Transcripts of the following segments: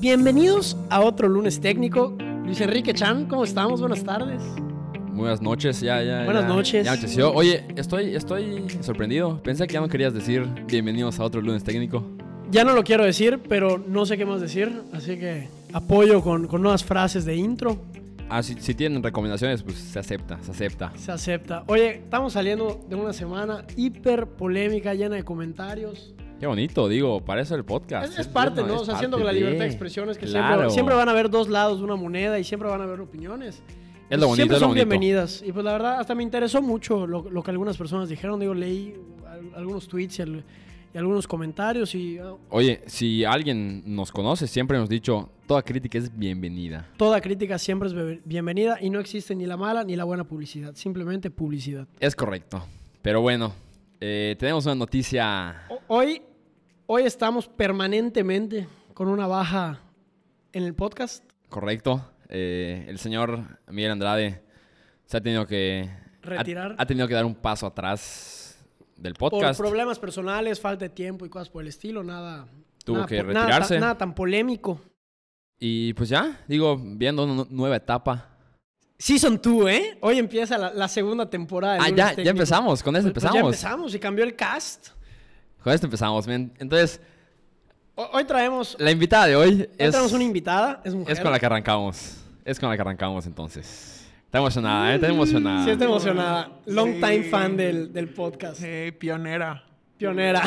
Bienvenidos a otro lunes técnico. Luis Enrique Chan, ¿cómo estamos? Buenas tardes. Buenas noches, ya, ya. Buenas ya, noches. Ya anocheció. Oye, estoy, estoy sorprendido. Pensé que ya no querías decir bienvenidos a otro lunes técnico. Ya no lo quiero decir, pero no sé qué más decir, así que apoyo con, con nuevas frases de intro. Ah, si, si tienen recomendaciones, pues se acepta, se acepta. Se acepta. Oye, estamos saliendo de una semana hiper polémica, llena de comentarios. Qué bonito, digo, para eso el podcast. Es, es parte, ¿no? Ah, Es O sea, parte siendo que la libertad de de- expresión es que Claro. siempre, siempre van a haber dos lados de una moneda y siempre van a haber opiniones. Es lo bonito, Siempre es lo son bonito. bienvenidas. Y pues la verdad, hasta me interesó mucho lo, lo que algunas personas dijeron. Digo, leí al- algunos tweets y, al- y algunos comentarios y ah, Oye, si alguien nos conoce, siempre hemos dicho, toda crítica es bienvenida. toda crítica siempre es be- bienvenida y no existe ni la mala ni la buena publicidad. Simplemente publicidad. Es correcto. Pero bueno, eh, tenemos una noticia. O- Hoy, hoy estamos permanentemente con una baja en el podcast. Correcto. Eh, el señor Miguel Andrade se ha tenido que ha- Retirar. Ha, tenido que dar un paso atrás del podcast. Por problemas personales, falta de tiempo y cosas por el estilo, nada. Tuvo nada que po- nada tan- retirarse. Nada, tan polémico. Y pues ya, digo, viendo una nu- nueva etapa. Season 2, ¿eh? Hoy empieza la, la segunda temporada. de Ah, Lunes ya, ya Técnico. empezamos, con eso Pues- pues ya empezamos. empezamos y cambió el cast. Con esto empezamos, men. Entonces, Ho- Hoy traemos, hoy la invitada de hoy es, traemos una invitada, es mujer. es con la que arrancamos. Es con la que arrancamos entonces. Está emocionada, ¿eh? Está emocionada. Sí, está emocionada. Long Sí. time fan del, del podcast. Sí, pionera. Pionera.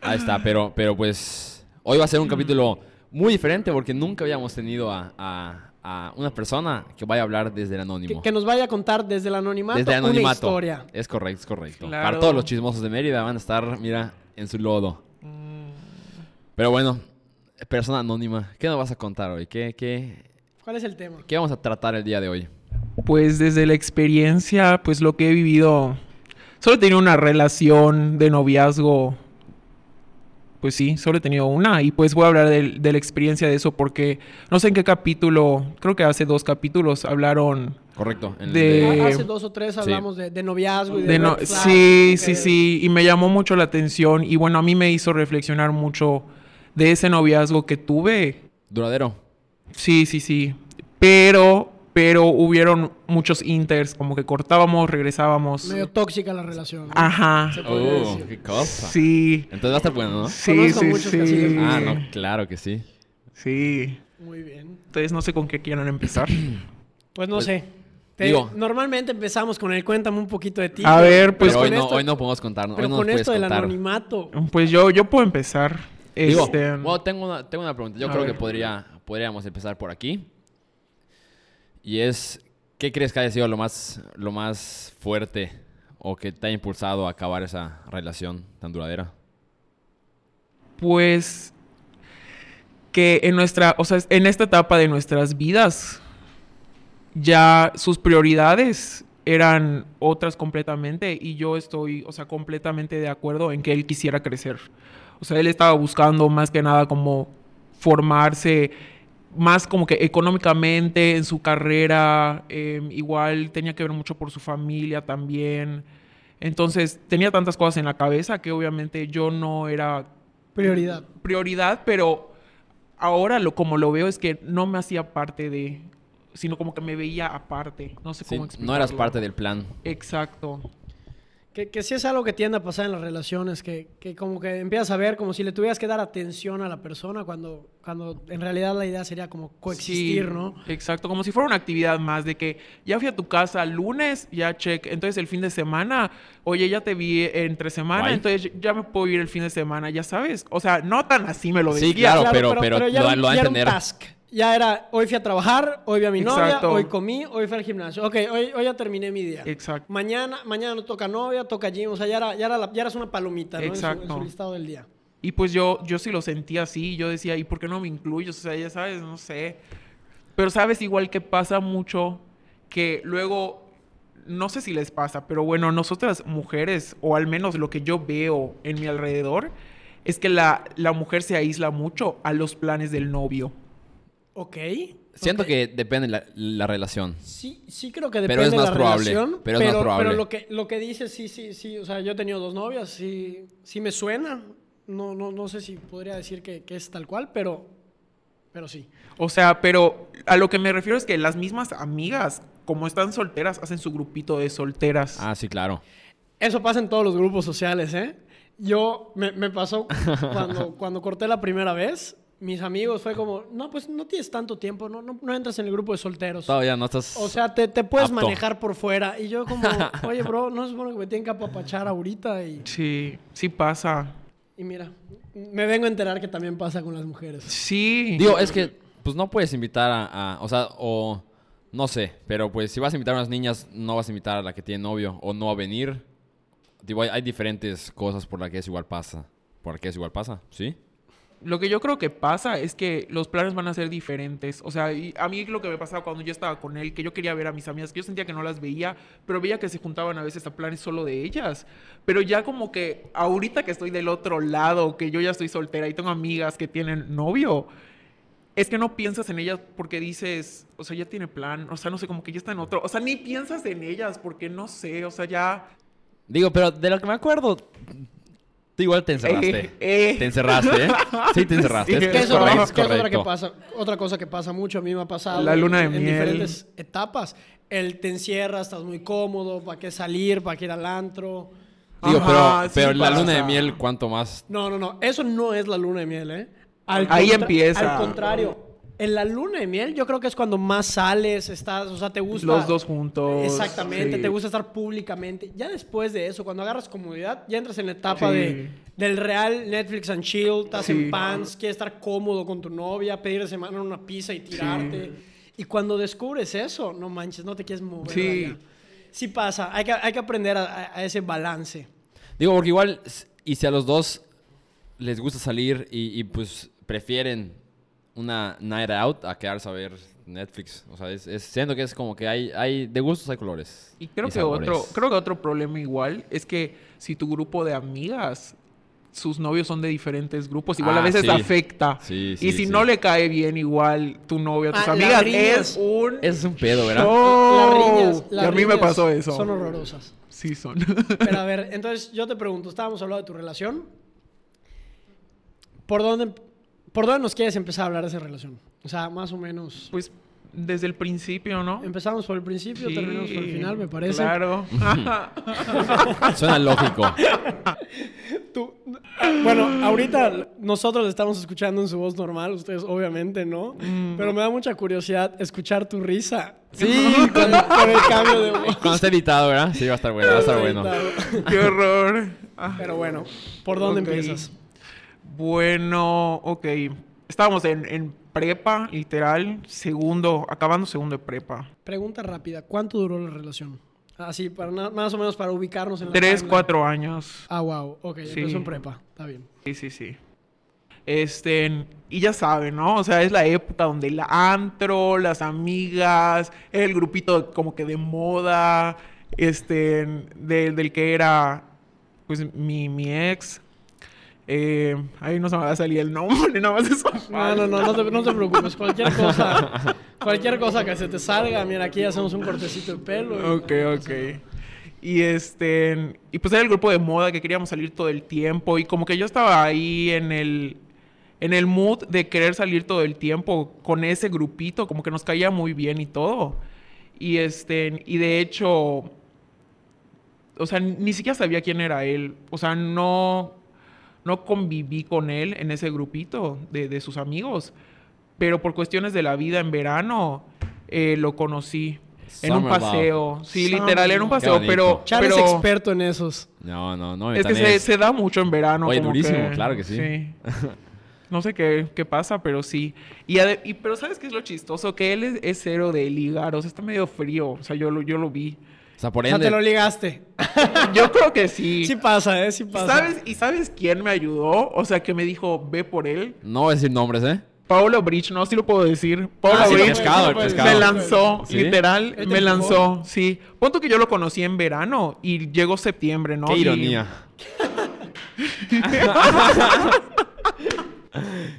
Ahí está, pero, pero pues hoy va a ser un capítulo muy diferente porque nunca habíamos tenido a, a- a una persona que vaya a hablar desde el que, anónimo. que nos vaya a contar desde el anonimato, desde el anonimato. una historia. Es correcto, es correcto. Claro. Para todos los chismosos de Mérida van a estar, mira, en su lodo. Pero bueno, persona anónima, ¿qué nos vas a contar hoy? ¿Qué, qué, ¿Cuál es el tema? qué vamos a tratar el día de hoy? Pues desde la experiencia, pues lo que he vivido, solo he tenido una relación de noviazgo, pues sí, solo he tenido una y pues voy a hablar del- de la experiencia de eso porque no sé en qué capítulo, creo que hace dos capítulos hablaron Correcto. en el De- Ah, de- Hace dos o tres hablamos de, de noviazgo y de, De no- red flags, sí, que- sí, sí. Y me llamó mucho la atención. Y bueno, a mí me hizo reflexionar mucho de ese noviazgo que tuve. duradero. Sí, sí, sí. Pero, pero hubieron muchos inters, como que cortábamos, regresábamos. Medio tóxica la relación. ¿no? Ajá. Se podría Oh, decir. qué cosa. Sí. Entonces va a estar bueno, ¿no? Sí, Conozco sí, muchos que así les sí. Ah, no, claro que sí. Sí. Muy bien. Entonces no sé con qué quieran empezar. Pues no Pues, sé. Te- digo- normalmente empezamos con el cuéntame un poquito de ti. A pero- ver, pues pero con hoy, no, esto- hoy no podemos contar. Pero hoy no con nos esto del puedes contar. anonimato. Pues yo, yo puedo empezar. Digo, Este, bueno, tengo una, tengo una pregunta. Yo A creo ver. que podría, podríamos empezar por aquí. Y es, ¿qué crees que haya sido lo más, lo más fuerte o que te ha impulsado a acabar esa relación tan duradera? Pues que en nuestra, o sea, en esta etapa de nuestras vidas ya sus prioridades eran otras completamente y yo estoy, o sea, completamente de acuerdo en que él quisiera crecer. O sea, él estaba buscando más que nada como formarse más como que económicamente en su carrera, em, igual tenía que ver mucho por su familia también. Entonces, tenía tantas cosas en la cabeza que obviamente yo no era Prioridad. prioridad, pero ahora lo como lo veo es que no me hacía parte de, sino como que me veía aparte. No sé Sí, no cómo eras explicarlo. parte del plan. Exacto. Que, que sí es algo que tiende a pasar en las relaciones, que, que como que empiezas a ver como si le tuvieras que dar atención a la persona cuando, cuando en realidad la idea sería como coexistir, Sí, ¿no? Exacto, como si fuera una actividad más de que ya fui a tu casa lunes, ya check. Entonces el fin de semana, oye, ya te vi entre semana, Guay. entonces ya me puedo ir el fin de semana, ya sabes. O sea, no tan así me lo Sí, decía. claro. pero- pero ya lo- era un- lo va a ya era un entender. task. Ya era, hoy fui a trabajar, hoy vi a mi novia, Exacto. hoy comí, hoy fui al gimnasio. Ok, hoy, hoy ya terminé mi día. Exacto. Mañana, mañana no toca novia, toca gym. O sea, ya, era, ya, era la- ya eras una palomita, ¿no? En su- En, su, Exacto. listado del día. Y pues yo, yo sí lo sentía así, yo decía, ¿y por qué no me incluyes? O sea, ya sabes, no sé. Pero sabes igual que pasa mucho que luego, no sé si les pasa, pero bueno, nosotras mujeres, o al menos lo que yo veo en mi alrededor, es que la, la mujer se aísla mucho a los planes del novio. Ok. Siento ok. que depende la, la relación. Sí, sí creo que depende Pero es de más la probable, relación. pero es más probable. lo que, lo que dices, sí, sí, sí. O sea, yo he tenido dos novias, sí, sí me suena. No, no, no sé si podría decir que, que es tal cual, pero pero sí. O sea, pero a lo que me refiero es que las mismas amigas, como están solteras, hacen su grupito de solteras. Ah, sí, claro. Eso pasa en todos los grupos sociales, ¿eh? Yo me, me pasó cuando, cuando corté la primera vez, mis amigos fue como, no, pues no tienes tanto tiempo, no, no, no entras en el grupo de solteros. Todavía no estás... O sea, te, te puedes Apto. manejar por fuera. Y yo como, oye, bro, no es bueno que me tienen que apapachar ahorita. Y, Sí, sí pasa. y mira, me vengo a enterar que también pasa con las mujeres. Sí. Digo, es que, pues no puedes invitar a, a- O sea, o. No sé, pero pues si vas a invitar a unas niñas, no vas a invitar a la que tiene novio o no va a venir. Digo, hay, hay diferentes cosas por las que eso igual pasa. ¿Por las que eso igual pasa? ¿Sí? Lo que yo creo que pasa es que los planes van a ser diferentes. O sea, y a mí lo que me pasaba cuando yo estaba con él, que yo quería ver a mis amigas, que yo sentía que no las veía, pero veía que se juntaban a veces a planes solo de ellas. Pero ya como que ahorita que estoy del otro lado, que yo ya estoy soltera y tengo amigas que tienen novio, es que no piensas en ellas porque dices, o sea, ya tiene plan, o sea, no sé, como que ya está en otro. O sea, ni piensas en ellas porque no sé, o sea, ya... Digo, pero de lo que me acuerdo. Tú igual te encerraste. Eh, eh. Te encerraste, ¿eh? Sí, te encerraste. Sí, es- ¿Qué es es, otra, correcto, que es otra que correcto. pasa? Otra cosa que pasa mucho, a mí me ha pasado. La luna de en, miel. En diferentes etapas. El te encierras, estás muy cómodo, ¿para qué salir? ¿Para qué ir al antro? Digo, Ajá, pero, sí pero la pasa. luna de miel, ¿cuánto más? No, no, no. Eso no es la luna de miel, ¿eh? Al Ahí contra- empieza. Al contrario. En la luna de miel, yo creo que es cuando más sales, estás, o sea, te gusta. Los dos juntos. Exactamente, sí. te gusta estar públicamente. Ya después de eso, cuando agarras comodidad, ya entras en la etapa Sí. de, del real Netflix and chill, estás Sí. en pants, quieres estar cómodo con tu novia, pedir de semana una pizza y tirarte. Y cuando descubres eso, no manches, no te quieres mover. de Sí. allá. Sí pasa, hay que, hay que aprender a- a- a ese balance. Digo, porque igual, s- y si a los dos les gusta salir y, y, pues prefieren una night out a quedarse a ver Netflix. O sea, es, es- siento que es como que hay, hay de gustos hay colores. Y creo que sabores. otro, creo que otro problema igual es que si tu grupo de amigas, sus novios son de diferentes grupos, igual Ah, a veces sí. afecta. Sí, y sí, si sí. no le cae bien igual tu novio a tus Ah, las amigas, riñas. es un Ese es un pedo, ¿verdad? Las show. riñas- y las a mí me riñas pasó eso. Son horrorosas. Sí, son. Pero a ver, entonces yo te pregunto, estábamos hablando de tu relación. ¿Por dónde, em, ¿Por dónde nos quieres empezar a hablar de esa relación? O sea, más o menos. pues desde el principio, ¿no? Empezamos por el principio, Sí, terminamos por el final, me parece. Claro. Suena lógico. Tú- bueno, ahorita nosotros estamos escuchando en su voz normal, ustedes obviamente no, Mm. pero me da mucha curiosidad escuchar tu risa. Sí, con, con el cambio de voz. Cuando esté editado, ¿verdad? Sí, va a estar bueno, va a estar bueno. Qué horror. Ah. Pero bueno, ¿por dónde Ok. empiezas? Bueno, ok. Estábamos en, en prepa, literal, segundo, acabando segundo de prepa. Pregunta rápida, ¿cuánto duró la relación? Así, para na- más o menos para ubicarnos en la Tres, timeline. cuatro años. Ah, wow, ok, Sí. empezó en prepa, está bien. Sí, sí, sí. Este, y ya saben, ¿no? O sea, es la época donde la antro, las amigas, el grupito como que de moda, este, de- del que era, pues, mi, mi ex. Eh, ahí no se me va a salir el nombre, nada más eso. No, no, no, no te, no te preocupes, cualquier cosa, cualquier cosa que se te salga, mira, aquí hacemos un cortecito de pelo. y- Ok, ok. Y este, y pues era el grupo de moda que queríamos salir todo el tiempo y como que yo estaba ahí en el en el mood de querer salir todo el tiempo con ese grupito, como que nos caía muy bien y todo. Y este, y de hecho o sea, ni siquiera sabía quién era él. O sea, no no conviví con él en ese grupito de, de sus amigos, pero por cuestiones de la vida en verano eh, lo conocí en un Summer love. paseo. Sí, Summer literal, en un love. paseo, Qué pero, bonito. Char es pero experto en esos. No, no, no. me es que se, tanees. se da mucho en verano. Oye, como durísimo, claro que sí. No sé qué, qué pasa, pero sí. Y, ade- y- pero ¿sabes qué es lo chistoso? Que él es, es cero de ligar, o sea, está medio frío. O sea, yo lo, yo lo vi. O sea, por O sea, te lo ende. ligaste. Yo creo que sí. Sí pasa, ¿eh? Sí ¿Y pasa. ¿Sabes? ¿Y sabes quién me ayudó? O sea, que me dijo, ve por él. No voy a decir nombres, ¿eh? Paulo Bridge, no, sí lo puedo decir. Paulo Ah, sí, el Bridge pescado, el pescado. me lanzó, ¿Sí? literal, Él te me empujó. lanzó, sí. Punto que yo lo conocí en verano y llegó septiembre, ¿no? Qué Y- ironía.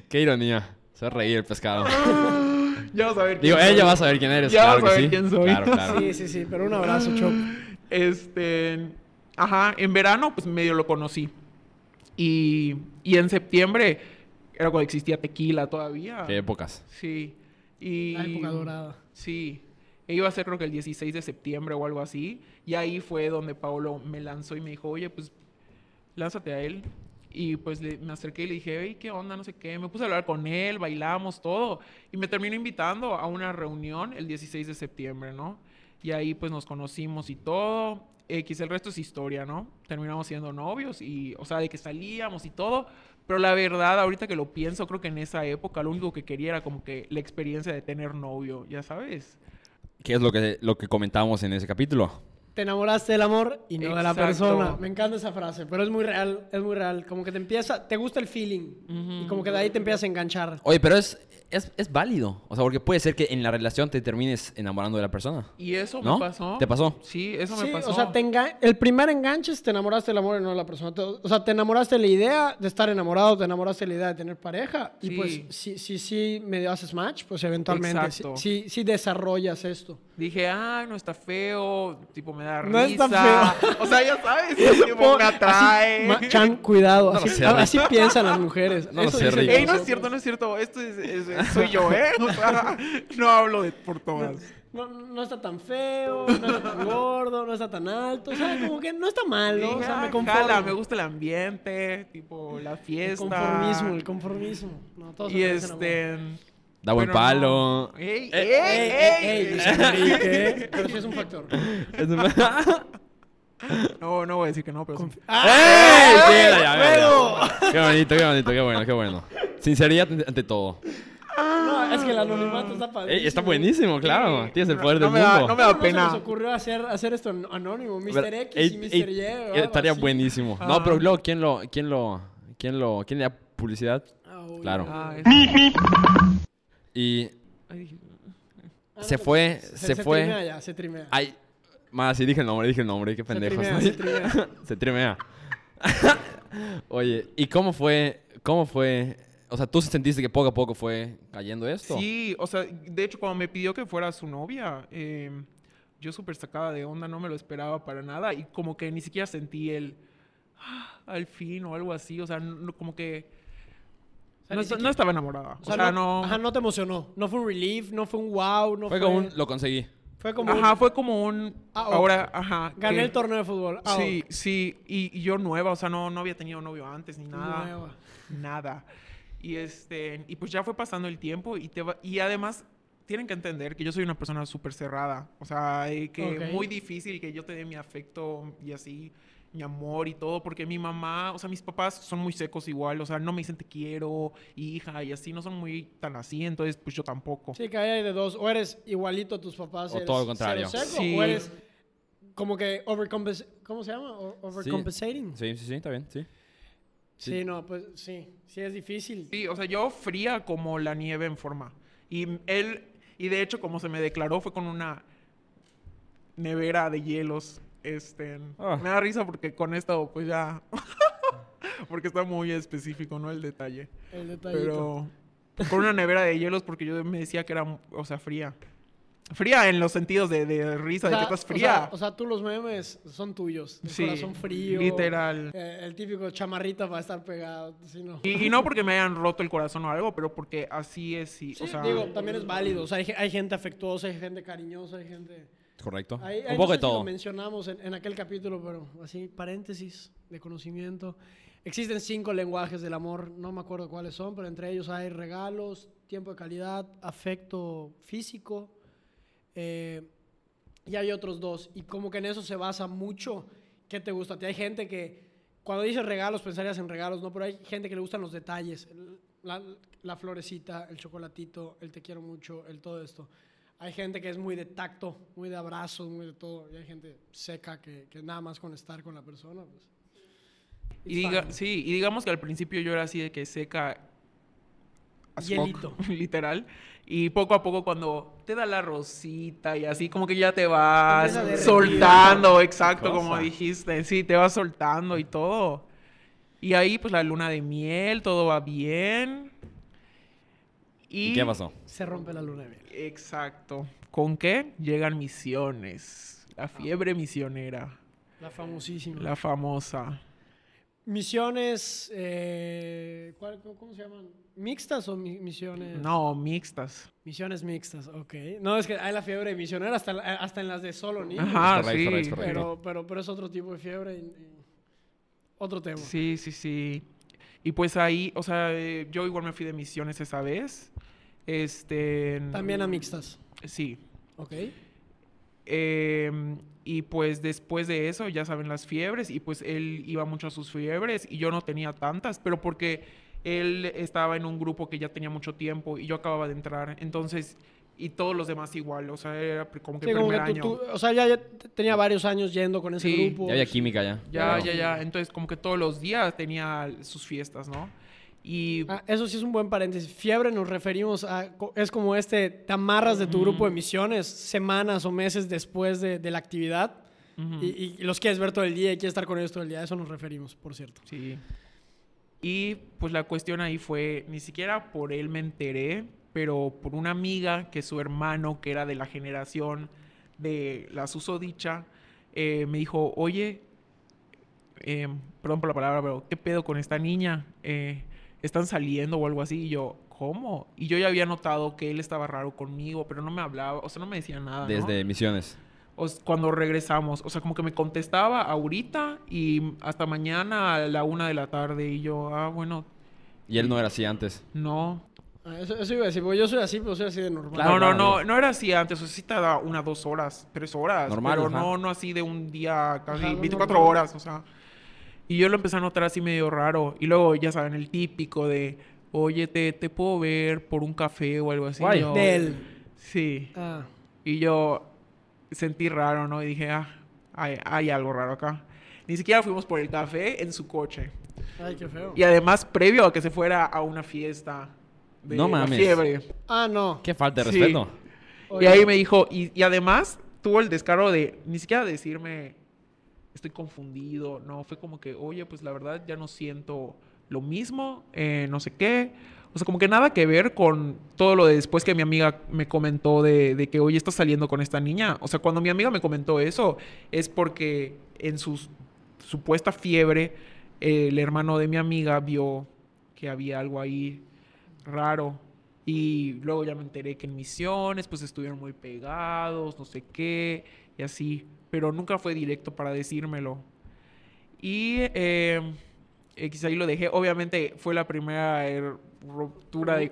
Qué ironía. Se va a reír el pescado. ya vas a ver. Digo, quién soy. ella va a saber quién eres. Ya claro vas a que ver sí. quién soy. Claro, claro. Sí, sí, sí, pero un abrazo, Chop. Este, ajá, en verano pues medio lo conocí. Y, y en septiembre Era cuando existía tequila todavía. ¿Qué épocas? Sí. Y, La época dorada. Sí. E Iba a ser creo que el 16 de septiembre o algo así. Y ahí fue donde Paolo me lanzó y me dijo, oye, pues lánzate a él. Y pues le- me acerqué y le dije, hey, ¿qué onda? No sé qué. Me puse a hablar con él, bailamos, todo. Y me terminó invitando a una reunión el 16 de septiembre, ¿no? Y ahí pues nos conocimos y todo. X, el resto es historia, ¿no? Terminamos siendo novios y, o sea, de que salíamos y todo. Pero la verdad, ahorita que lo pienso, creo que en esa época lo único que quería era como que la experiencia de tener novio, ya sabes. ¿Qué es lo que, lo que comentábamos en ese capítulo? Te enamoraste del amor y no de la Exacto. persona. Me encanta esa frase, pero es muy real, es muy real. Como que te empieza, te gusta el feeling y como que de ahí te empiezas a enganchar. Oye, pero es, es, es válido. O sea, porque puede ser que en la relación te termines enamorando de la persona. Y eso ¿No? me pasó. ¿Te pasó? Sí, eso Sí, me pasó. o sea, te enga- el primer enganche es te enamoraste del amor y no de la persona. Te- O sea, te enamoraste de la idea de estar enamorado, te enamoraste de la idea de tener pareja y Sí. pues si sí, sí medio haces match, pues eventualmente sí, Exacto. sí, sí desarrollas esto. Dije, ay, no está feo, tipo me da No risa. está O sea, ya sabes, tipo me Así, atrae. ma- Chan, cuidado, No así, lo sé, así piensan las mujeres. No lo Eso sé, dicen Rick. Ey, no es nosotros. cierto, no es cierto. Esto es, es- soy yo, ¿eh? O sea, no hablo de por todas. No, no está tan feo, no está tan gordo, no está tan alto. O sea, como que no está mal, ¿no? O Dije, sea, me "Ah, conformo. jala, me gusta el ambiente, tipo la El fiesta. conformismo, el conformismo. No, todos se Y merecen amor. este. Da buen pero palo. no. Ey, Eh, Ey, ey, ey, ey. ey, Luis Enrique. Pero sí es un factor. No, no voy a decir que no, pero. sí. ¡Ey! Sí, era ya, era ya. ¡Fuego! Qué bonito, qué bonito, qué bueno, qué bueno. Sinceridad ante- ante todo. No, es que Ah. el anonimato está padrísimo. Ey, está buenísimo, claro. Sí. Tienes el No- poder no del me da- mundo. no me No, da no se pena. nos ocurrió hacer, hacer esto an- anónimo. Mr. Pero, X y ey, Mr. ey, Y. o eh, algo Estaría así. buenísimo. No, Ajá. pero luego, ¿quién lo, quién lo, quién lo, quién le da publicidad? Ah, uy, Claro. no. Ah, es- Y ay, Ah, se no, fue, se trimea fue. ya, se trimea. Ay, más, sí dije el nombre, dije el nombre, qué Se pendejos. trimea, se trimea. Se trimea. Oye, ¿y cómo fue, cómo fue? O sea, ¿tú sentiste que poco a poco fue cayendo esto? Sí, o sea, de hecho, cuando me pidió que fuera su novia, eh, yo súper sacada de onda, no me lo esperaba para nada y como que ni siquiera sentí el "Ah, al fin o algo así, o sea, no- no- como que sea, ni no, esta- no siquiera- estaba enamorada, o sea, no, Ajá, no te emocionó. No fue un relief, no fue un wow, no Fue fue... como un, lo conseguí. Fue como un- ajá, fue como un, Ah, ok. ahora, ajá, Gané que- el torneo de fútbol. Ah, sí, ok. sí, y, y yo nueva, o sea, no, no había tenido novio antes ni nada, Nueva. nada, y este, y pues ya fue pasando el tiempo y te va- y además tienen que entender que yo soy una persona súper cerrada. O sea, eh, que Ok. muy difícil que yo te dé mi afecto y así, mi amor y todo, porque mi mamá, o sea, mis papás son muy secos igual, o sea, no me dicen te quiero, hija, y así, no son muy tan así, entonces pues yo tampoco. Sí, que ahí hay de dos. O eres igualito a tus papás. O eres todo lo contrario. cero seco, Sí. O eres como que overcompens... ¿Cómo se llama? O- Overcompensating. Sí. Sí, sí, sí, está bien, sí. Sí. no, pues sí. Sí, es difícil. Sí, o sea, yo fría como la nieve en forma. Y él, y de hecho, como se me declaró, fue con una nevera de hielos. Este, Ah. me da risa porque con esto, pues ya, porque está muy específico, ¿no? El detalle. El detallito. Pero con una nevera de hielos porque yo me decía que era, o sea, fría. Fría en los sentidos de, de risa, O de sea, que estás o fría. sea- O sea, tú los memes son tuyos. El Sí, corazón frío. literal. eh, el típico chamarrita para estar pegado. Sí, no. y, y no porque me hayan roto el corazón o algo, pero porque así es. Y, Sí, o sea, digo, también es válido. O sea, hay, ge- hay gente afectuosa, hay gente cariñosa, hay gente... Correcto. Ahí- ahí Un no poco sé de si todo. lo mencionamos en, en aquel capítulo, pero así, paréntesis de conocimiento. Existen cinco lenguajes del amor, no me acuerdo cuáles son, pero entre ellos hay regalos, tiempo de calidad, afecto físico, eh, y hay otros dos. Y como que en eso se basa mucho qué te gusta. a ti. Hay gente que, cuando dices regalos, pensarías en regalos, ¿no? Pero hay gente que le gustan los detalles. el- La, la florecita, el chocolatito, el te quiero mucho, el todo esto. Hay gente que es muy de tacto, muy de abrazos, muy de todo. Y hay gente seca que, que nada más con estar con la persona, pues. Y It's diga, fine. sí, y digamos que al principio yo era así de que seca. as fuck, Hielito. literal. Y poco a poco cuando te da la rosita y así como que ya te vas Empieza a derretir. soltando, exacto, como cosa. dijiste, sí, te vas soltando y todo. Y ahí pues la luna de miel, todo va bien. ¿Y qué pasó? Se rompe la luna de miel. Exacto. ¿Con qué? Llegan misiones. La fiebre misionera, La famosísima. la famosa. Misiones, eh, ¿cuál- cómo- ¿cómo se llaman? ¿Mixtas o mi- misiones? No, mixtas. Misiones mixtas, ok. No, es que hay la fiebre de misionero hasta, la- hasta en las de solo niños. Ajá, Correcto, sí. correcto, correcto. Pero, pero, pero es otro tipo de fiebre. y- y- otro tema. Sí, sí, sí. Y pues ahí, o sea, eh, yo igual me fui de misiones esa vez. Este. También a mixtas, Sí. ok. Em, y pues después de eso, ya saben las fiebres, y pues él iba mucho a sus fiebres y yo no tenía tantas, pero porque él estaba en un grupo que ya tenía mucho tiempo y yo acababa de entrar, entonces, y todos los demás igual, o sea, era pr- como que Sí, como primer que tú- año. tú- o sea, ya, ya te- tenía varios años yendo con ese Sí. grupo. Ya había química ya. Ya, Pero- ya, ya, entonces como que todos los días tenía sus fiestas, ¿no? Y Ah, eso sí es un buen paréntesis. Fiebre nos referimos a... co- Es como este, te amarras de tu grupo de misiones semanas o meses después de, de la actividad ujú. y, y los quieres ver todo el día y quieres estar con ellos todo el día. A eso nos referimos, por cierto. Sí. Y pues la cuestión ahí fue, ni siquiera por él me enteré, pero por una amiga que su hermano, que era de la generación de la susodicha, eh, me dijo, oye, eh, perdón por la palabra, pero ¿qué pedo con esta niña? Eh, ¿Están saliendo o algo así? Y yo, ¿cómo? Y yo ya había notado que él estaba raro conmigo, pero no me hablaba, o sea, no me decía nada. ¿no? Desde misiones. O s- cuando regresamos. O sea, como que me contestaba ahorita y hasta mañana a la una de la tarde. Y yo, ah, bueno, Y él no era así antes. no. Ah, Eso, eso iba a decir, porque yo soy así, pero soy así de normal. Claro, no, no, claro, no, claro. no era así antes. O sea, sí te da una, dos horas, tres horas. Normal, Pero ajá. no, no así de un día, casi Ajá, lo 24 normal. horas, o sea. Y yo lo empecé a notar así medio raro. Y luego, ya saben, el típico de, oye, te, te puedo ver por un café o algo así. Guay. Yo, De él. Sí. Ah, Y yo sentí raro, ¿no? Y dije, ah, hay, hay algo raro acá. Ni siquiera fuimos por el café en su coche. ay, qué feo. Y además, previo a que se fuera a una fiesta de No la mames. fiebre. Ah, no. Qué falta de Sí. respeto. Oye, Y ahí me dijo, y, y además tuvo el descaro de ni siquiera decirme, estoy confundido. No, fue como que, oye, pues la verdad ya no siento lo mismo, eh, no sé qué. O sea, como que nada que ver con todo lo de después que mi amiga me comentó de, de que, oye, estás saliendo con esta niña. O sea, cuando mi amiga me comentó eso, es porque en su supuesta fiebre, eh, el hermano de mi amiga vio que había algo ahí raro. Y luego ya me enteré que en misiones, pues estuvieron muy pegados, no sé qué, y así. Pero nunca fue directo para decírmelo. Y eh, eh, quizá ahí lo dejé. Obviamente fue la primera eh, ruptura de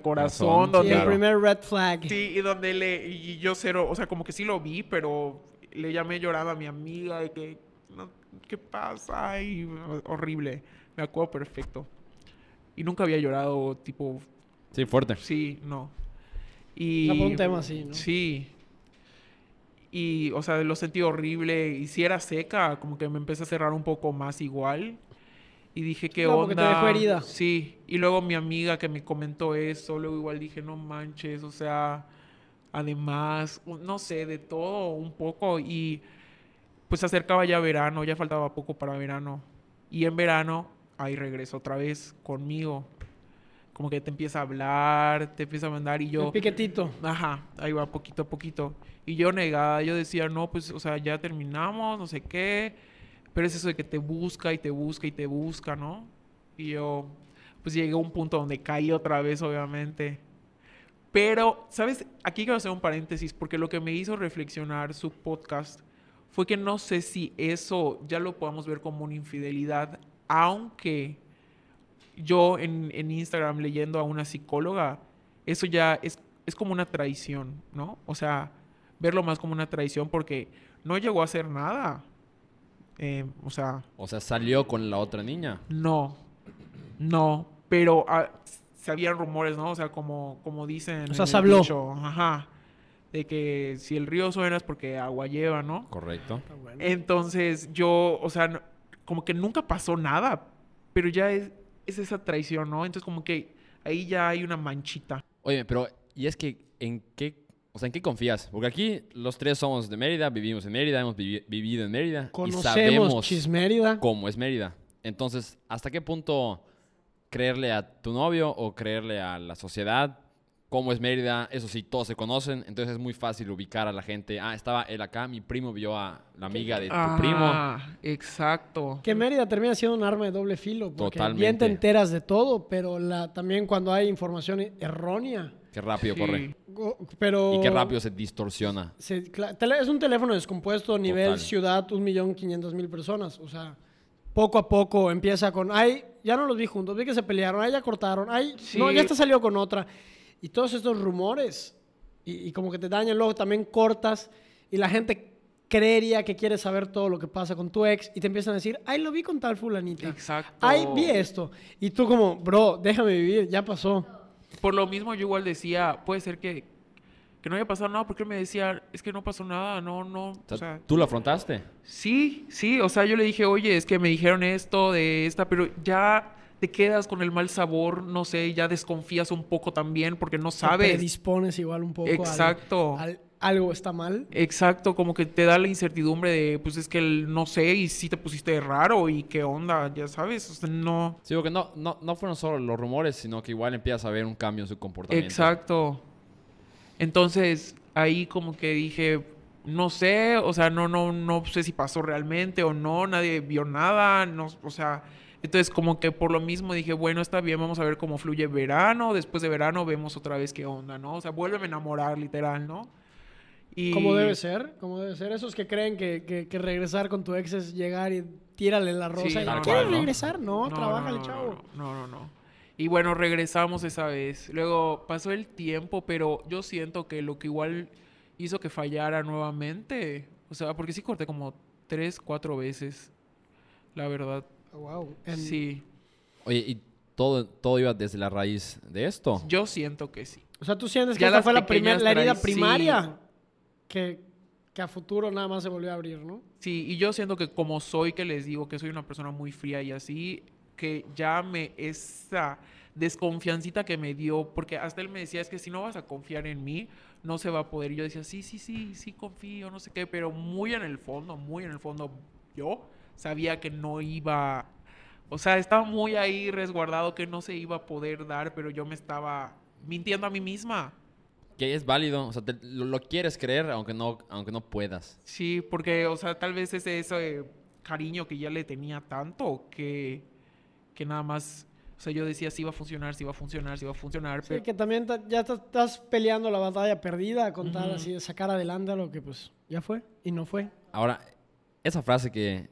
Corazón, corazón. Sí, donde el Claro. primer red flag. Sí, y donde le, y yo cero, o sea, como que sí lo vi, pero le llamé llorando a mi amiga de que, no, ¿qué pasa? Y horrible, me acuerdo perfecto. Y nunca había llorado, tipo, Sí, fuerte. sí, no. Y, O sea, por un tema así, ¿no? Sí. Y, o sea, lo sentí horrible, y si era seca, como que me empecé a cerrar un poco más igual. Y dije, ¿qué Claro, onda? porque te dejó herida. Sí. Y luego mi amiga que me comentó eso, luego igual dije, no manches, o sea, además, u- no sé, de todo un poco. Y pues se acercaba ya verano, ya faltaba poco para verano. Y en verano, ahí regreso otra vez conmigo. Como que te empieza a hablar, te empieza a mandar y yo... El piquetito. Ajá, ahí va poquito a poquito. Y yo negada, yo decía, no, pues, o sea, ya terminamos, no sé qué. Pero es eso de que te busca y te busca y te busca, ¿no? Y yo, pues llegué a un punto donde caí otra vez, obviamente. Pero, ¿sabes? Aquí quiero hacer un paréntesis, porque lo que me hizo reflexionar su podcast fue que no sé si eso ya lo podamos ver como una infidelidad, aunque yo en, en Instagram leyendo a una psicóloga, eso ya es, es como una traición, ¿no? O sea, verlo más como una traición porque no llegó a hacer nada. Eh, o sea, O sea, salió con la otra niña. no, no, pero ah, se habían rumores, ¿no? O sea, como, como dicen. O sea, en se el habló. dicho, ajá. De que si el río suena es porque agua lleva, ¿no? Correcto. Ah, bueno. Entonces yo, o sea, no- como que nunca pasó nada, pero ya es, es esa traición, ¿no? Entonces como que ahí ya hay una manchita. Oye, pero y es que en qué, o sea, ¿en qué confías? Porque aquí los tres somos de Mérida, vivimos en Mérida, hemos vivi- vivido en Mérida y Conocemos sabemos Chismérida. cómo es Mérida. Entonces, ¿hasta qué punto creerle a tu novio o creerle a la sociedad cómo es Mérida, eso sí, todos se conocen, entonces es muy fácil ubicar a la gente. Ah, estaba él acá, mi primo vio a la amiga de eh, tu primo. Ah, exacto. Que Mérida termina siendo un arma de doble filo, porque bien Totalmente. te enteras de todo, pero la, también cuando hay información errónea, Qué rápido Sí. corre. go- pero... Y qué rápido se distorsiona. se- cla- tele- es un teléfono descompuesto nivel Total. ciudad, un millón quinientos mil personas, o sea, poco a poco empieza con, ay, ya no los vi juntos, vi que se pelearon, ay, ya cortaron, ay, Sí. no, ya esta salió con otra. Y todos estos rumores, y, y como que te dañan, luego también cortas, y la gente creería que quiere saber todo lo que pasa con tu ex, y te empiezan a decir, ay, lo vi con tal fulanita. Exacto. Ay, vi esto. Y tú como, bro, déjame vivir, ya pasó. Por lo mismo yo igual decía, puede ser que, que no haya pasado nada, porque él me decía, es que no pasó nada, no, no. O sea, O sea, ¿Tú lo afrontaste? sí, sí, o sea, yo le dije, oye, es que me dijeron esto, de esta, pero ya te quedas con el mal sabor, no sé, ya desconfías un poco también, porque no Te sabes. predispones igual un poco. al- Exacto. al- algo está mal. Exacto, como que te da la incertidumbre de, pues es que el- no sé, y si te pusiste raro, y qué onda, ya sabes, o sea, no. Sí, porque no, no, no fueron solo los rumores, sino que igual empiezas a ver un cambio en su comportamiento. Exacto. Entonces, ahí como que dije, no sé, o sea, no, no, no sé si pasó realmente o no, nadie vio nada, no, o sea, entonces como que por lo mismo dije, bueno, está bien, vamos a ver cómo fluye verano, después de verano vemos otra vez qué onda, ¿no? O sea, vuélveme a enamorar, literal, ¿no? Y... Como debe ser, como debe ser. Esos que creen que, que- que regresar con tu ex es llegar y tírale la rosa. Sí, y, tal ¿Quieres cual, ¿no? regresar? No, trabájale, chavo. No, no, no. Y bueno, regresamos esa vez. Luego pasó el tiempo, pero yo siento que lo que igual hizo que fallara nuevamente, o sea, porque sí corté como tres, cuatro veces, la verdad. Oh, Wow. En- Sí, Oye, ¿y todo, todo iba desde la raíz de esto? yo siento que sí. O sea, tú sientes que Ya esa las fue la, primer- pequeñas la herida traici- primaria que, que a futuro nada más se volvió a abrir, ¿no? Sí, y yo siento que como soy, que les digo que soy una persona muy fría y así, que ya me esa desconfiancita que me dio, porque hasta él me decía, es que si no vas a confiar en mí, no se va a poder. Y yo decía, sí, sí, sí, sí confío, no sé qué, pero muy en el fondo, muy en el fondo, yo sabía que no iba, o sea, estaba muy ahí resguardado que no se iba a poder dar, pero yo me estaba mintiendo a mí misma. Que es válido, o sea, te- lo, lo quieres creer aunque no, aunque no puedas. Sí, porque, o sea, tal vez ese, ese cariño que ya le tenía tanto que, que nada más, o sea, yo decía si va a funcionar, si va a funcionar, si va a funcionar, Sí, pero que también ta- ya ta- estás peleando la batalla perdida con tal Ujú. así de sacar adelante a lo que pues ya fue y no fue. Ahora, esa frase que,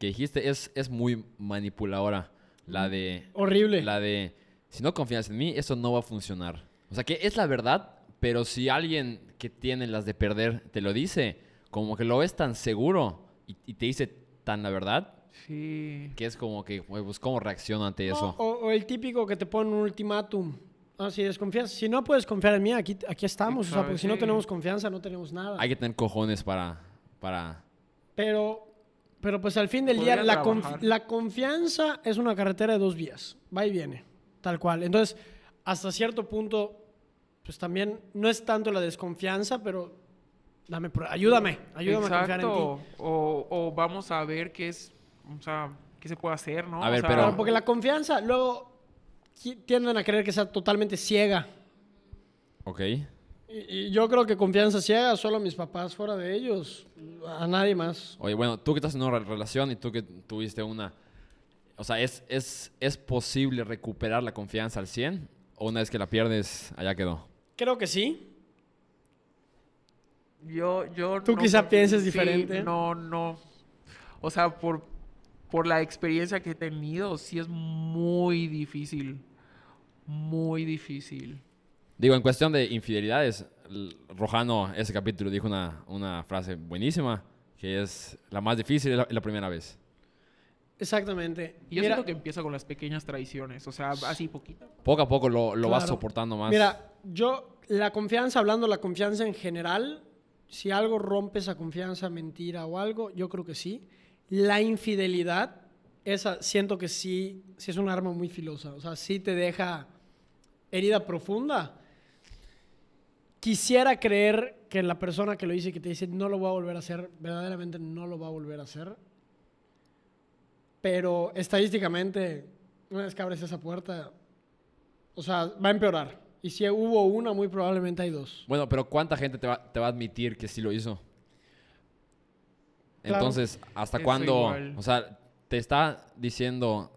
que dijiste es, es muy manipuladora. La de, Horrible. la de, si no confías en mí, eso no va a funcionar. O sea, que es la verdad, pero si alguien que tiene las de perder te lo dice, como que lo ves tan seguro y, y te dice tan la verdad, sí. que es como que, pues, ¿cómo reacciona ante No, eso? O, o el típico que te pone un ultimátum. Ah, si desconfías, si no puedes confiar en mí, aquí, aquí estamos. O sea, Exacto. porque si no Sí. tenemos confianza, no tenemos nada. Hay que tener cojones para, para Pero, pero pues al fin del día, Podría la, conf- trabajar. la confianza es una carretera de dos vías. Va y viene, tal cual. Entonces, hasta cierto punto, pues también no es tanto la desconfianza, pero dame, prueba- ayúdame, ayúdame a confiar en ti. Exacto. O, o vamos a ver qué es, o sea, qué se puede hacer, ¿no? A O ver, sea, pero- Claro, porque la confianza luego qui- tienden a creer que sea totalmente ciega. Ok. Y, y yo creo que confianza ciega solo a mis papás, fuera de ellos, a nadie más. Oye, bueno, tú que estás en una re- relación y tú que tuviste una... O sea, ¿es, es, ¿es posible recuperar la confianza al 100? ¿O una vez que la pierdes, allá quedó? Creo que sí. Yo, yo Tú quizá pienses diferente. No, no. O sea, por, por la experiencia que he tenido, sí es muy difícil. Muy difícil. Digo, en cuestión de infidelidades, l- Rojano, ese capítulo, dijo una, una frase buenísima, que es la más difícil es la, es la primera vez. Exactamente. Y yo Mira, siento que empieza con las pequeñas traiciones, o sea, así poquito. Poco a poco lo, lo vas Claro. soportando más. Mira, yo, la confianza, hablando de la confianza en general, si algo rompe esa confianza, mentira o algo, yo creo que sí. La infidelidad, esa siento que sí, sí es un arma muy filosa. O sea, sí te deja herida profunda. Quisiera creer que la persona que lo dice y que te dice no lo voy a volver a hacer, verdaderamente no lo va a volver a hacer. Pero estadísticamente, una vez que abres esa puerta, o sea, va a empeorar. Y si hubo una, muy probablemente hay dos. Bueno, pero ¿cuánta gente te va, te va a admitir que sí lo hizo? Claro. Entonces, ¿hasta Eso cuándo? igual. O sea, te está diciendo,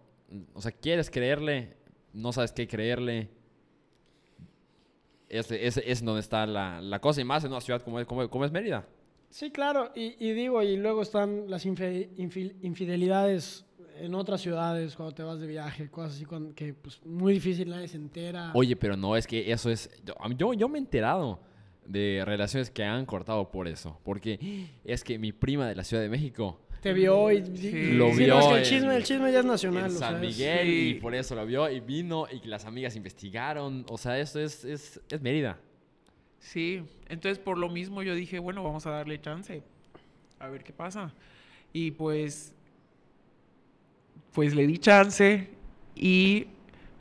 o sea, ¿quieres creerle? No sabes qué creerle. Ese, ese- es donde está la, la cosa. Y más en una ciudad como es, como, como es Mérida. Sí, claro, y, y digo, y luego están las infe- infil- infidelidades en otras ciudades cuando te vas de viaje, cosas así con- que pues muy difícil nadie se entera. Ah. Oye, pero no, es que eso es... Yo, a mí- yo, yo me he enterado de relaciones que han cortado por eso. Porque es que mi prima de la Ciudad de México te vio y Sí. Lo no, es vio que el en- chisme, el chisme ya es nacional, en o San sea, es- Miguel y Sí. por eso lo vio y vino y que las amigas investigaron. O sea, esto es, es, es Mérida. Sí, entonces por lo mismo yo dije, bueno, vamos a darle chance, a ver qué pasa. Y pues, pues le di chance y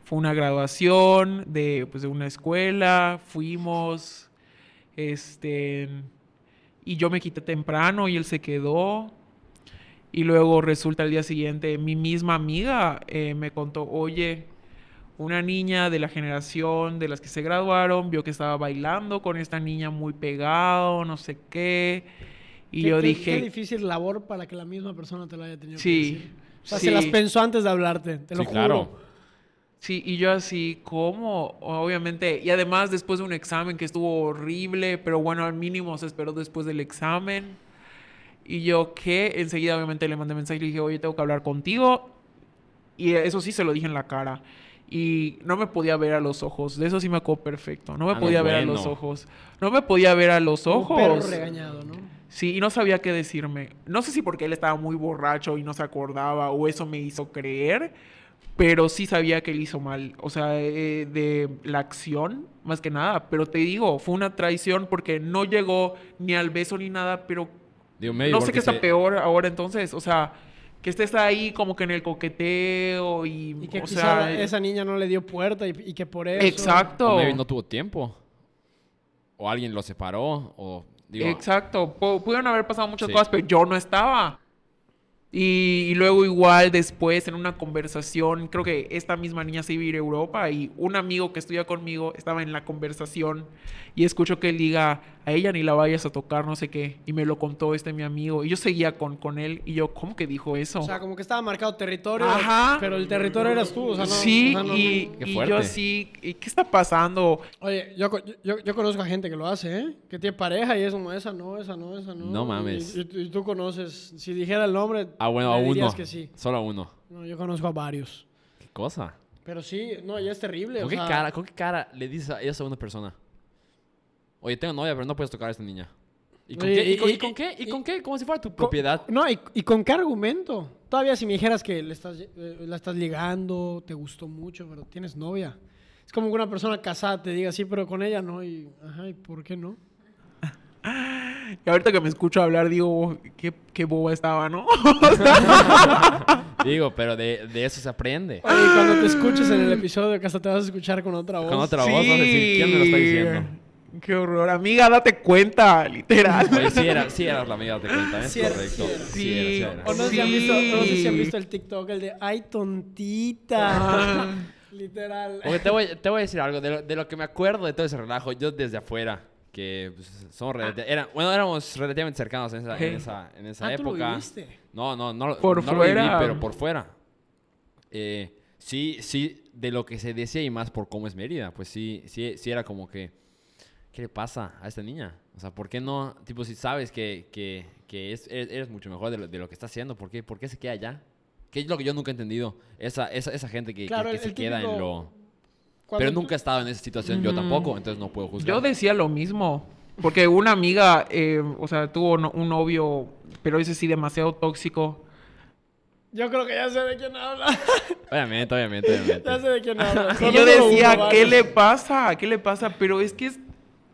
fue una graduación de, pues, de una escuela, fuimos, este, y yo me quité temprano y él se quedó. Y luego resulta al día siguiente, mi misma amiga eh, me contó, oye, una niña de la generación de las que se graduaron vio que estaba bailando con esta niña muy pegado, no sé qué. Y qué- yo qué- dije, Qué difícil labor para que la misma persona te lo haya tenido que sí, decir. O sea, sí, se las pensó antes de hablarte, te lo Sí, juro. claro. sí, y yo así, ¿cómo? Obviamente, y además después de un examen que estuvo horrible, pero bueno, al mínimo se esperó después del examen. Y yo, ¿qué? Enseguida, obviamente, le mandé mensaje y le dije, oye, tengo que hablar contigo. Y eso sí se lo dije en la cara. Y no me podía ver a los ojos. De eso sí me acuerdo perfecto. No me Ah, no, podía ver a bueno. los ojos. No me podía ver a los Un perro ojos. regañado, ¿no? Sí, y no sabía qué decirme. No sé si porque él estaba muy borracho y no se acordaba o eso me hizo creer, pero sí sabía que él hizo mal. O sea, eh, de la acción, más que nada. Pero te digo, fue una traición porque no llegó ni al beso ni nada, pero Digo, maybe no sé Eh, porque qué está se- peor ahora entonces. O sea, que estés ahí como que en el coqueteo y, Y que o quizá sea, eh, la- esa niña no le dio puerta y, y que por eso... O exacto. maybe no tuvo tiempo. O alguien lo separó. O, digo, Exacto, Pu- pudieron haber pasado muchas Sí. cosas, pero yo no estaba. Y, y luego igual después en una conversación, creo que esta misma niña se iba a ir a Europa y un amigo que estudia conmigo estaba en la conversación y escucho que él diga, a ella ni la vayas a tocar, no sé qué, y me lo contó este mi amigo y yo seguía con, con él y yo, ¿cómo que dijo eso? O sea, como que estaba marcado territorio, Ajá. pero el territorio eras tú, o sea, no... sí, o sea, no- y, Qué y fuerte. yo así, "¿Y ¿qué está pasando? Oye, yo, co- yo, yo conozco a gente que lo hace, ¿eh? Que tiene pareja y es como esa no, esa no, esa no. No mames. Y, y tú- y tú conoces, si dijera el nombre, Ah, bueno, a me dirías uno. que sí. Solo a uno. No, yo conozco a varios. ¿Qué cosa? Pero sí, no, y es terrible. ¿Con o qué, sea, cara, ¿Con qué cara le dices a eso a una persona? Oye, tengo novia, pero no puedes tocar a esta niña. ¿Y con, Oye, qué, y, y- con, y- y con qué? ¿Y y- con qué? Como si fuera tu co- propiedad. No, y, y con qué argumento. Todavía si me dijeras que le estás, eh, la estás ligando, te gustó mucho, pero tienes novia. Es como que una persona casada te diga, sí, pero con ella no. Y, ajá, ¿y por qué no? Y ahorita que me escucho hablar digo, qué, qué boba estaba, ¿no? Digo, pero de, de eso se aprende. Oye, y Ah. cuando te escuches en el episodio, que hasta te vas a escuchar con otra voz. Con otra voz, vas a decir, ¿quién me lo está diciendo? Qué horror. Amiga, date cuenta, literal. Oye, sí, era, sí eras la amiga, te cuenta, ¿eh? Sí era, Correcto. sí era. Sí, era, sí Sí. era. O no sé si han visto, no sé si han Sí. visto el TikTok, el de ay tontita. Ah. Literal. Porque te voy, te voy a decir algo, de lo, de lo que me acuerdo de todo ese relajo, yo desde afuera, que pues, Ah. somos relati- era- bueno, éramos relativamente cercanos en esa, en Ok. esa, en esa Ah, tú época. lo viviste. No, no, no. lo- Por no lo viví, fuera. pero por fuera. Eh, sí, sí, de lo que se decía y más por cómo es Mérida, pues sí, sí, sí era como que, ¿qué le pasa a esta niña? O sea, ¿por qué no? Tipo, si sabes que, que, que es- eres, eres mucho mejor de lo, de lo que está haciendo, ¿por qué, ¿por qué se queda allá? Que es lo que yo nunca he entendido. Esa, esa, esa gente que, que- Claro, que el- se el queda en típico- lo... Cuando Pero tú- nunca he estado en esa situación yo Ujú. tampoco, entonces no puedo juzgar. Mm. Yo decía lo mismo. Porque una amiga, eh, o sea, tuvo no- un novio, pero ese sí demasiado tóxico. Yo creo que ya sé de quién habla. Obviamente, obviamente, obviamente. ya sé de quién habla. Y yo decía, ¿qué le pasa? ¿Qué le pasa? Pero es que es-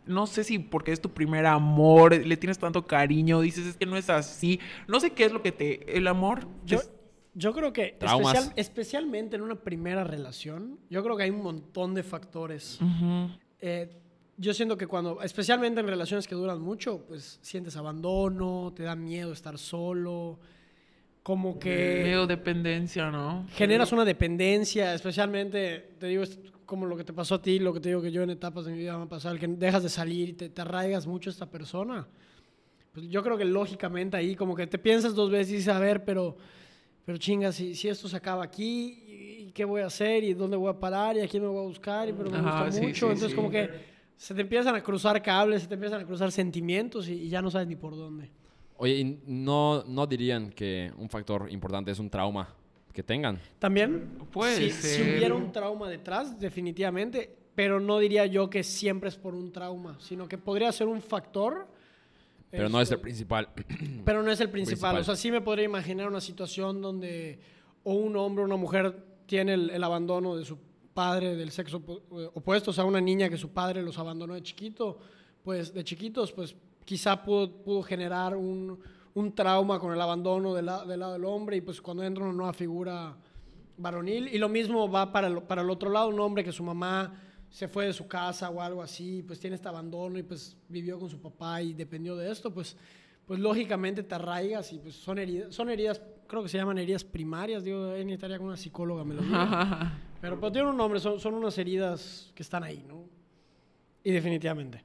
no sé si porque es tu primer amor, le tienes tanto cariño, dices, es que no es así. No sé qué es lo que te... El amor... Yo, es- yo creo que Traumas. especial- especialmente en una primera relación, yo creo que hay un montón de factores. Ujú. Eh, yo siento que cuando, especialmente en relaciones que duran mucho, pues sientes abandono, te da miedo estar solo, como que... Medio dependencia, ¿no? generas una dependencia, especialmente, te digo, est- como lo que te pasó a ti, lo que te digo que yo en etapas de mi vida me ha pasado, el que dejas de salir y te, te arraigas mucho a esta persona, pues yo creo que lógicamente ahí como que te piensas dos veces y dices, a ver, pero, pero chinga, si, si esto se acaba aquí, y, y ¿qué voy a hacer? ¿Y dónde voy a parar? ¿Y a quién me voy a buscar? Y pero me Ajá, gusta sí, mucho. sí, Entonces sí. como que se te empiezan a cruzar cables, se te empiezan a cruzar sentimientos y, y ya no sabes ni por dónde. Oye, ¿y no, no dirían que un factor importante es un trauma que tengan? También, Puede si, si ser. hubiera un trauma detrás, definitivamente, pero no diría yo que siempre es por un trauma, sino que podría ser un factor. Pero no es este, el principal. Pero no es el principal. principal. O sea, sí me podría imaginar una situación donde o un hombre o una mujer tiene el, el abandono de su padre del sexo opu- eh, opuesto, o sea, una niña que su padre los abandonó de chiquito, pues de chiquitos, pues quizá pudo, pudo generar un, un trauma con el abandono del, la- del lado del hombre y pues cuando entra una nueva figura varonil. Y lo mismo va para el, para el otro lado, un hombre que su mamá se fue de su casa o algo así, pues tiene este abandono y pues vivió con su papá y dependió de esto, pues, pues lógicamente te arraigas y pues son heridas, son heridas, creo que se llaman heridas primarias, digo, ahí necesitaría con una psicóloga, me lo diga. Pero, pero tiene un nombre, son, son unas heridas que están ahí, ¿no? Y definitivamente.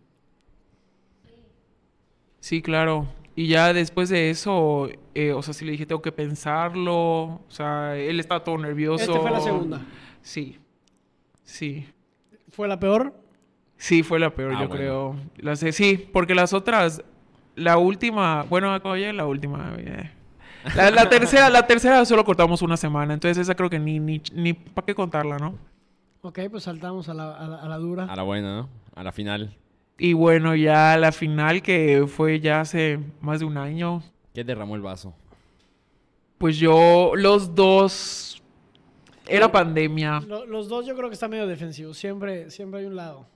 Sí, claro. Y ya después de eso, eh, o sea, sí le dije, tengo que pensarlo. O sea, él está todo nervioso. Esta Este fue la segunda. Sí. Sí. ¿Fue la peor? Sí, fue la peor, Ah, yo bueno. creo. La sé- sí, porque las otras, la última, bueno, oye, la última. eh. La, la tercera, la tercera solo cortamos una semana, entonces esa creo que ni, ni, ni para qué contarla, ¿no? Ok, pues saltamos a la, a la- a la dura. A la buena, ¿no? A la final. Y bueno, ya la final que fue ya hace más de un año, ¿Qué derramó el vaso? pues yo, los dos, era pandemia. Lo- los dos yo creo que están medio defensivos, siempre, siempre hay un lado.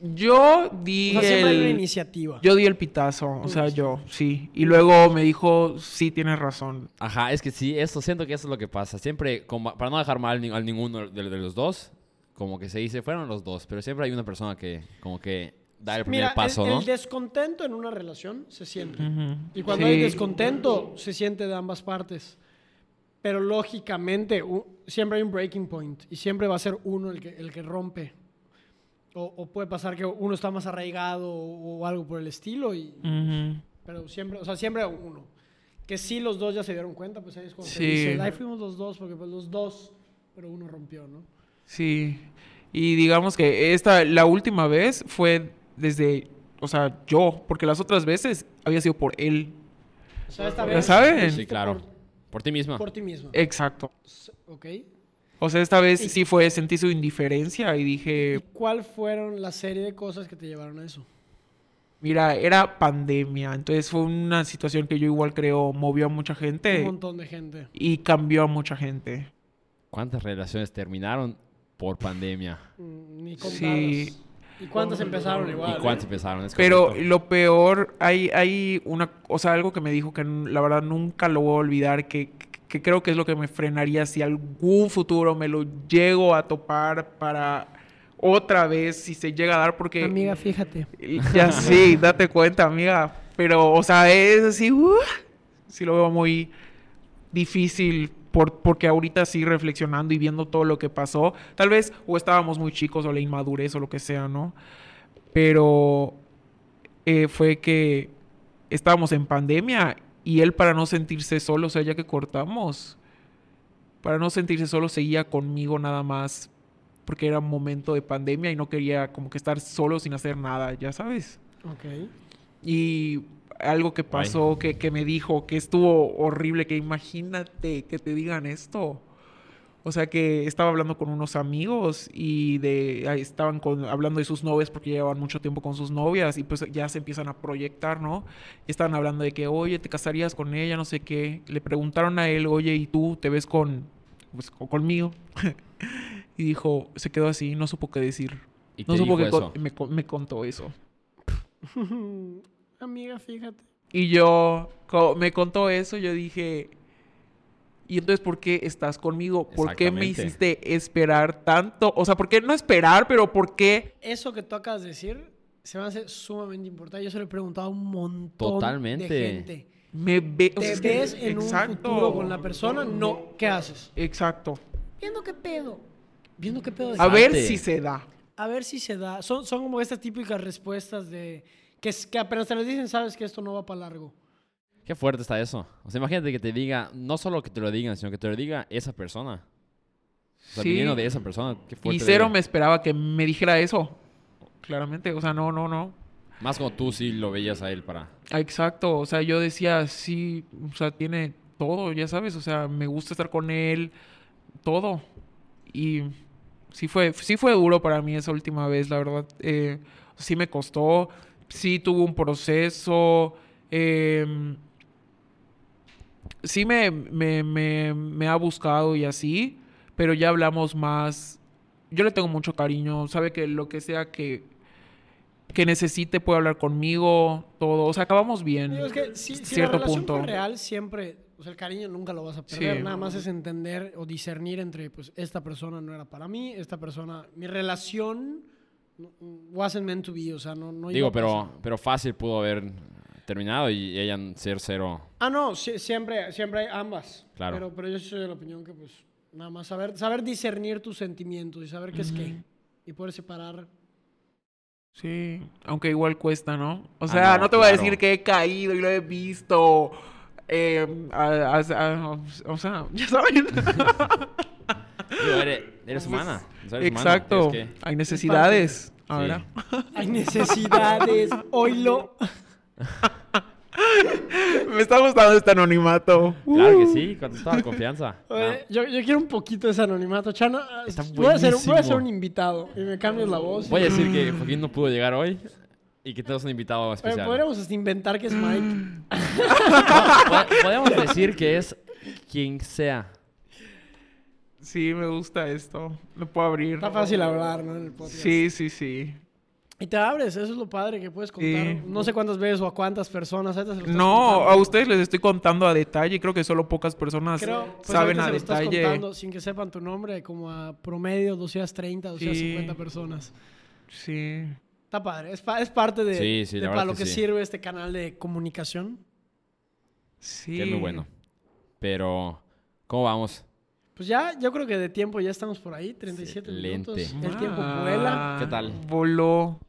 Yo O di sea, siempre hay una el, iniciativa. yo di el pitazo, o Tú sea, diste. yo, sí. Y luego me dijo, sí, tienes razón. Ajá, es que sí, eso, siento que eso es lo que pasa. Siempre, como- para no dejar mal ni- a ninguno de, de los dos, como que se dice, fueron los dos, pero siempre hay una persona que como que da el primer Mira, el- paso, el, ¿no? descontento en una relación se siente. Ujú. Y cuando Sí. hay descontento, se siente de ambas partes. Pero lógicamente, u- siempre hay un breaking point y siempre va a ser uno el que, el que rompe. O, o puede pasar que uno está más arraigado o, o algo por el estilo. Y, Ujú. Pero siempre, o sea, siempre uno. Que sí los dos ya se dieron cuenta, pues ahí es cuando se Sí. dice, ahí fuimos los dos, porque pues los dos, pero uno rompió, ¿no? Sí. Y digamos que esta, la última vez fue desde, o sea, yo, porque las otras veces había sido por él. O sea, esta Ya vez... saben. Eh, lo Sí, hiciste claro. este Por, Por ti misma. por ti mismo. Exacto. ok. O sea, esta vez Y- sí fue, sentí su indiferencia y ¿Y dije, cuál fueron la serie de cosas que te llevaron a eso? mira, era pandemia. Entonces fue una situación que yo igual creo movió a mucha Un gente montón de gente. y cambió a mucha gente. ¿Cuántas relaciones terminaron por pandemia? Mm, Ni contadas. Sí. ¿Y cuántas empezaron igual? eh? ¿Y cuántas empezaron? Es Pero correcto. lo peor, hay, hay una, o sea, algo que me dijo que n- la verdad nunca lo voy a olvidar, que, que creo que es lo que me frenaría si algún futuro me lo llego a topar para otra vez, si se llega a dar, porque Amiga, fíjate. ya sí, date cuenta, amiga. Pero, o sea, es así, uh, sí lo veo muy difícil. Por, porque ahorita sí reflexionando y viendo todo lo que pasó, tal vez o estábamos muy chicos o la inmadurez o lo que sea, ¿no? Pero eh, fue que estábamos en pandemia y él para no sentirse solo, o sea, ya que cortamos, para no sentirse solo seguía conmigo nada más porque era momento de pandemia y no quería como que estar solo sin hacer nada, ya sabes. Ok. Y algo que pasó, que, que me dijo, que estuvo horrible, que imagínate que te digan esto. O sea que estaba hablando con unos amigos y de ahí estaban con- hablando de sus novias porque llevaban mucho tiempo con sus novias y pues ya se empiezan a proyectar, ¿no? Y estaban hablando de que, oye, te casarías con ella, no sé qué. Le preguntaron a él, oye, ¿y tú te ves con, pues, co- conmigo? y dijo, se quedó así, no supo qué decir. ¿Y No te dijo supo qué eso? con- me co- me contó eso. Amiga, fíjate. Y yo co- me contó eso, yo dije, ¿y entonces por qué estás conmigo? ¿Por qué me Exactamente. hiciste esperar tanto? O sea, ¿por qué no esperar, pero por qué? Eso que tú acabas de decir se me hace sumamente importante. Yo se lo he preguntado a un montón Totalmente. de gente. Me ve, o sea, ¿Te es que- ves en un futuro con la persona? No. ¿Qué haces? Exacto. Viendo qué pedo. viendo qué pedo. es. A A, ver Sate. si se da. ver si se da. Son, son como estas típicas respuestas de que, es- que apenas te las dicen, sabes que esto no va para largo. Qué fuerte está eso. O sea, imagínate que te diga, no solo que te lo digan, sino que te lo diga esa persona. O sea, Sí. viniendo de esa persona, qué fuerte. Y cero debe- me esperaba que me dijera eso. Claramente, o sea, no, no, no. Más como tú sí lo veías a él para... Ah, Exacto, o sea, yo decía, sí, o sea, tiene todo, ya sabes, o sea, me gusta estar con él, todo. Y sí fue, sí fue duro para mí esa última vez, la verdad. Eh, sí me costó, sí tuvo un proceso, em, sí me, me, me, me ha buscado y así, pero ya hablamos más. Yo le tengo mucho cariño, sabe que lo que sea que, que necesite puede hablar conmigo, todo. O sea, acabamos bien. Digo, es que si, si Cierto la relación punto. fue real, siempre, o sea, el cariño nunca lo vas a perder. Sí. Nada más es entender o discernir entre, pues, esta persona no era para mí, esta persona, mi relación no- mm, wasn't meant to be, o sea, no, no Pues iba Digo, a pasar. pero, pero fácil pudo haber terminado y ella ser cero. Ah, no, sí- siempre, siempre hay ambas. Claro. Pero, pero yo sí soy de la opinión que, pues, nada más saber, saber discernir tus sentimientos y saber qué es qué. Y poder separar. Sí, aunque igual cuesta, ¿no? O Ah, sea, no, no, te voy a claro. decir que he caído y lo he visto. eh, a- a- a- o sea, ya saben. Digo, eres, eres humana. o sea, eres humana, Pues Exacto. tienes que- Hay necesidades. Ahora. Hay necesidades, oílo. Me está gustando este anonimato. Claro que sí, con toda confianza. Oye, yo, yo quiero un poquito de ese anonimato. Chana, Está voy a, ser, voy a ser buenísimo. un invitado y me cambias la voz. No. Voy a decir que Joaquín no pudo llegar hoy y que tenemos un invitado Oye, especial. podríamos hasta inventar que es Mike. Po- Podemos decir que es quien sea. Sí, me gusta esto. Lo puedo abrir. Está fácil hablar, ¿no? En el podcast. Sí, sí, sí. Y te abres, eso es lo padre que puedes contar. Sí. No sé cuántas veces o a cuántas personas. ahorita se lo estás No, contando. a ustedes les estoy contando a detalle. Creo que solo pocas personas Creo, pues, saben ahorita a se lo estás detalle. contando sin que sepan tu nombre, como a promedio 230, 250 Sí. personas. Sí. Está padre, es, pa- es parte de, Sí, sí, de la para verdad lo que que sí. sirve este canal de comunicación. Sí. Que es muy bueno. Pero, ¿cómo vamos? Pues ya, yo creo que de tiempo ya estamos por ahí, 37 Excelente. minutos. El tiempo Ah, vuela. ¿Qué tal? Voló.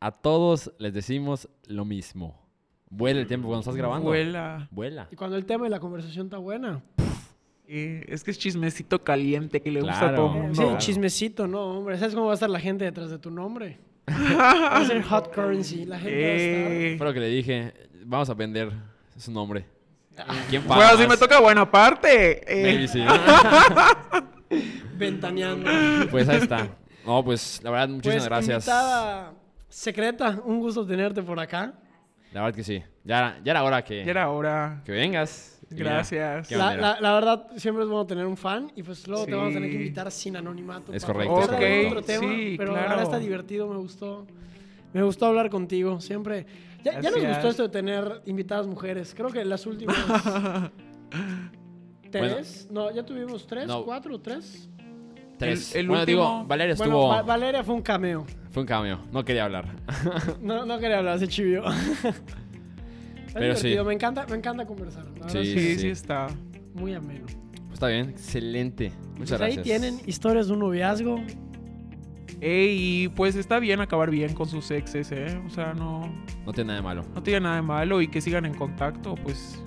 A todos les decimos lo mismo. Vuela el tiempo cuando estás grabando. Vuela. Vuela. Y cuando el tema y la conversación está buena. Sí, Eh, es que es chismecito caliente que le gusta a Claro. todo el Eh, Sí, mundo. Claro. chismecito, ¿no, hombre? ¿Sabes cómo va a estar la gente detrás de tu nombre? Va a ser hot currency. La gente va a estar... Eh, Fue lo que le dije. Vamos a vender su nombre. Ah. ¿Quién paga Bueno, sí más? me toca buena parte. eh. Maybe sí. ventaneando. Pues ahí está. No, pues la verdad, Pues, muchísimas gracias. invitada secreta, un gusto tenerte por acá. La verdad que sí. Ya era, ya era hora que, Ya era hora. que vengas. Y mira, Gracias. qué La, manera. la- la verdad, siempre es bueno tener un fan y pues luego te vamos a tener que Sí. invitar sin anonimato. Es para correcto, hablar de es otro correcto. tema, Sí, pero claro. ahora está divertido, me gustó. Me gustó hablar contigo, siempre. Ya, ya nos Gracias. gustó esto de tener invitadas mujeres. Creo que las últimas... ¿Tres? no, ya tuvimos tres, No. cuatro, tres. Tres. el- el bueno, digo, último- Valeria Bueno, estuvo. Va- Valeria fue un cameo. Fue un cambio. No quería hablar. No, no quería hablar, se chivió. Pero sí. Me encanta, me encanta conversar. La verdad Sí. es Sí, sí está. muy ameno. Pues está bien. Excelente. Muchas Pues gracias. Ahí tienen historias de un noviazgo. Ey, y pues está bien acabar bien con sus exes, ¿eh? O sea, no, No tiene nada de malo. no tiene nada de malo y que sigan en contacto, pues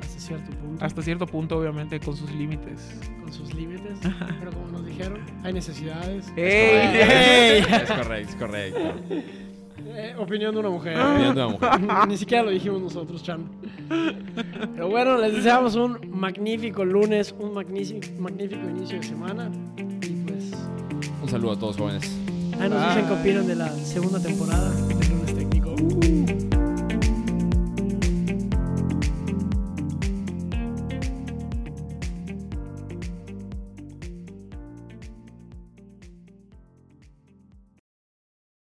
Hasta cierto punto. hasta cierto punto, obviamente, con sus límites. Con sus límites. pero como nos dijeron, hay necesidades. Eh. Es correcto. ¡Ey! Es correcto, es correcto. Eh, opinión de una mujer. Opinión de una mujer. Ni siquiera lo dijimos nosotros, Chan. Pero bueno, les deseamos un magnífico lunes, un magnífico, magnífico inicio de semana. Y pues, Un saludo a todos jóvenes. ahí nos dicen qué Bye. opinan de la segunda temporada de Lunes Técnico. Uh.